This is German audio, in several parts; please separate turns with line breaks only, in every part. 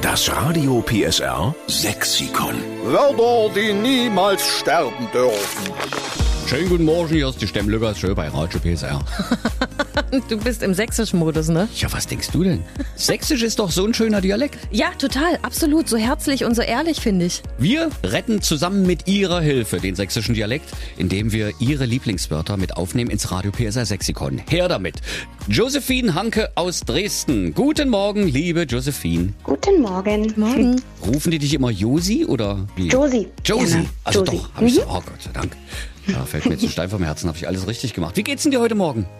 Das Radio PSR Sexikon.
Wörter, die niemals sterben dürfen.
Schönen guten Morgen, hier ist die Stemmlücker, schön bei Radio PSR.
Du bist im sächsischen Modus, ne?
Ja, was denkst du denn? Sächsisch ist doch so ein schöner Dialekt.
Ja, total, absolut. So herzlich und so ehrlich, finde ich.
Wir retten zusammen mit ihrer Hilfe den sächsischen Dialekt, indem wir ihre Lieblingswörter mit aufnehmen ins Radio PSR Sexikon. Her damit. Josephine Hanke aus Dresden. Guten Morgen, liebe Josephine.
Guten Morgen.
Morgen.
Rufen die dich immer Josi oder wie?
Josi.
Josi.
Gerne.
Also
Josi. Mhm.
doch, hab ich so, oh Gott sei Dank. Da fällt mir jetzt ein Stein vom Herzen, habe ich alles richtig gemacht. Wie geht's denn dir heute Morgen?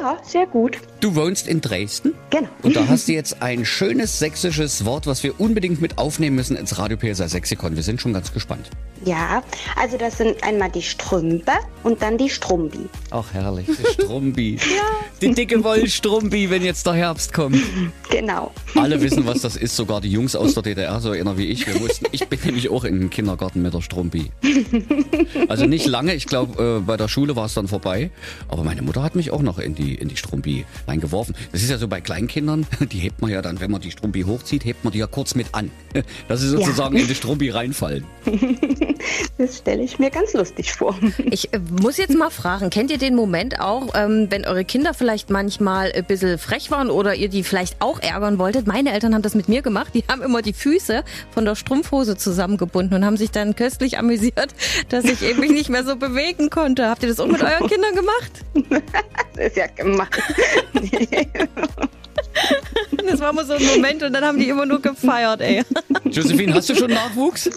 Ja, sehr gut.
Du wohnst in Dresden?
Genau.
Und da hast du jetzt ein schönes sächsisches Wort, was wir unbedingt mit aufnehmen müssen ins Radio PSA Sexikon. Wir sind schon ganz gespannt.
Ja, also das sind einmal die Strümpe und dann die Strumbi.
Ach, herrlich. Die Strumbi. ja. Die dicke Wollstrumbi, wenn jetzt der Herbst kommt.
Genau.
Alle wissen, was das ist, sogar die Jungs aus der DDR, so einer wie ich. Wir wussten, ich bin nämlich auch in den Kindergarten mit der Strumpi. Also nicht lange, ich glaube, äh, bei der Schule war es dann vorbei. Aber meine Mutter hat mich auch noch in die, in die Strumpi reingeworfen. Das ist ja so bei Kleinkindern, die hebt man ja dann, wenn man die Strumpi hochzieht, hebt man die ja kurz mit an. Dass sie sozusagen in die Strumpi reinfallen.
Das stelle ich mir ganz lustig vor.
Ich äh, muss jetzt mal fragen, kennt ihr den Moment auch, ähm, wenn eure Kinder vielleicht manchmal ein bisschen frech waren oder ihr die vielleicht auch ärgern wolltet? Meine Eltern haben das mit mir gemacht. Die haben immer die Füße von der Strumpfhose zusammengebunden und haben sich dann köstlich amüsiert, dass ich eben mich nicht mehr so bewegen konnte. Habt ihr das auch mit euren Kindern gemacht?
Das ist ja gemacht.
Das war immer so ein Moment und dann haben die immer nur gefeiert, ey.
Josephine, hast du schon Nachwuchs?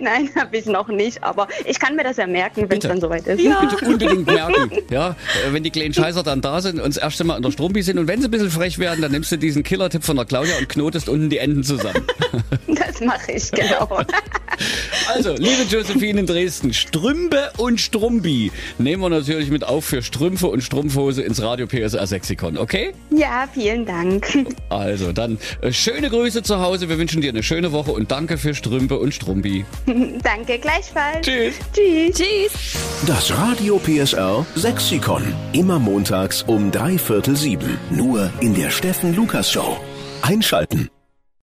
Nein, habe ich noch nicht, aber ich kann mir das ja merken, wenn es
Bitte.
dann soweit ist.
Bitte unbedingt merken, ja, äh, wenn die kleinen Scheißer dann da sind und das erste Mal in der Strumpi sind und wenn sie ein bisschen frech werden, dann nimmst du diesen Killer-Tipp von der Claudia und knotest unten die Enden zusammen.
Das mache ich, genau.
Also, liebe Josephine in Dresden, Strümpe und Strumbi nehmen wir natürlich mit auf für Strümpfe und Strumpfhose ins Radio PSR Sexikon, okay?
ja, vielen Dank.
Also, dann äh, schöne Grüße zu Hause, wir wünschen dir eine schöne Woche und danke für Strümpe und Strumbi.
Danke, gleichfalls.
Tschüss.
Tschüss.
Tschüss.
Das Radio PSR Sexikon. Immer montags um drei Viertel sieben. Nur in der Steffen Lukas Show. Einschalten.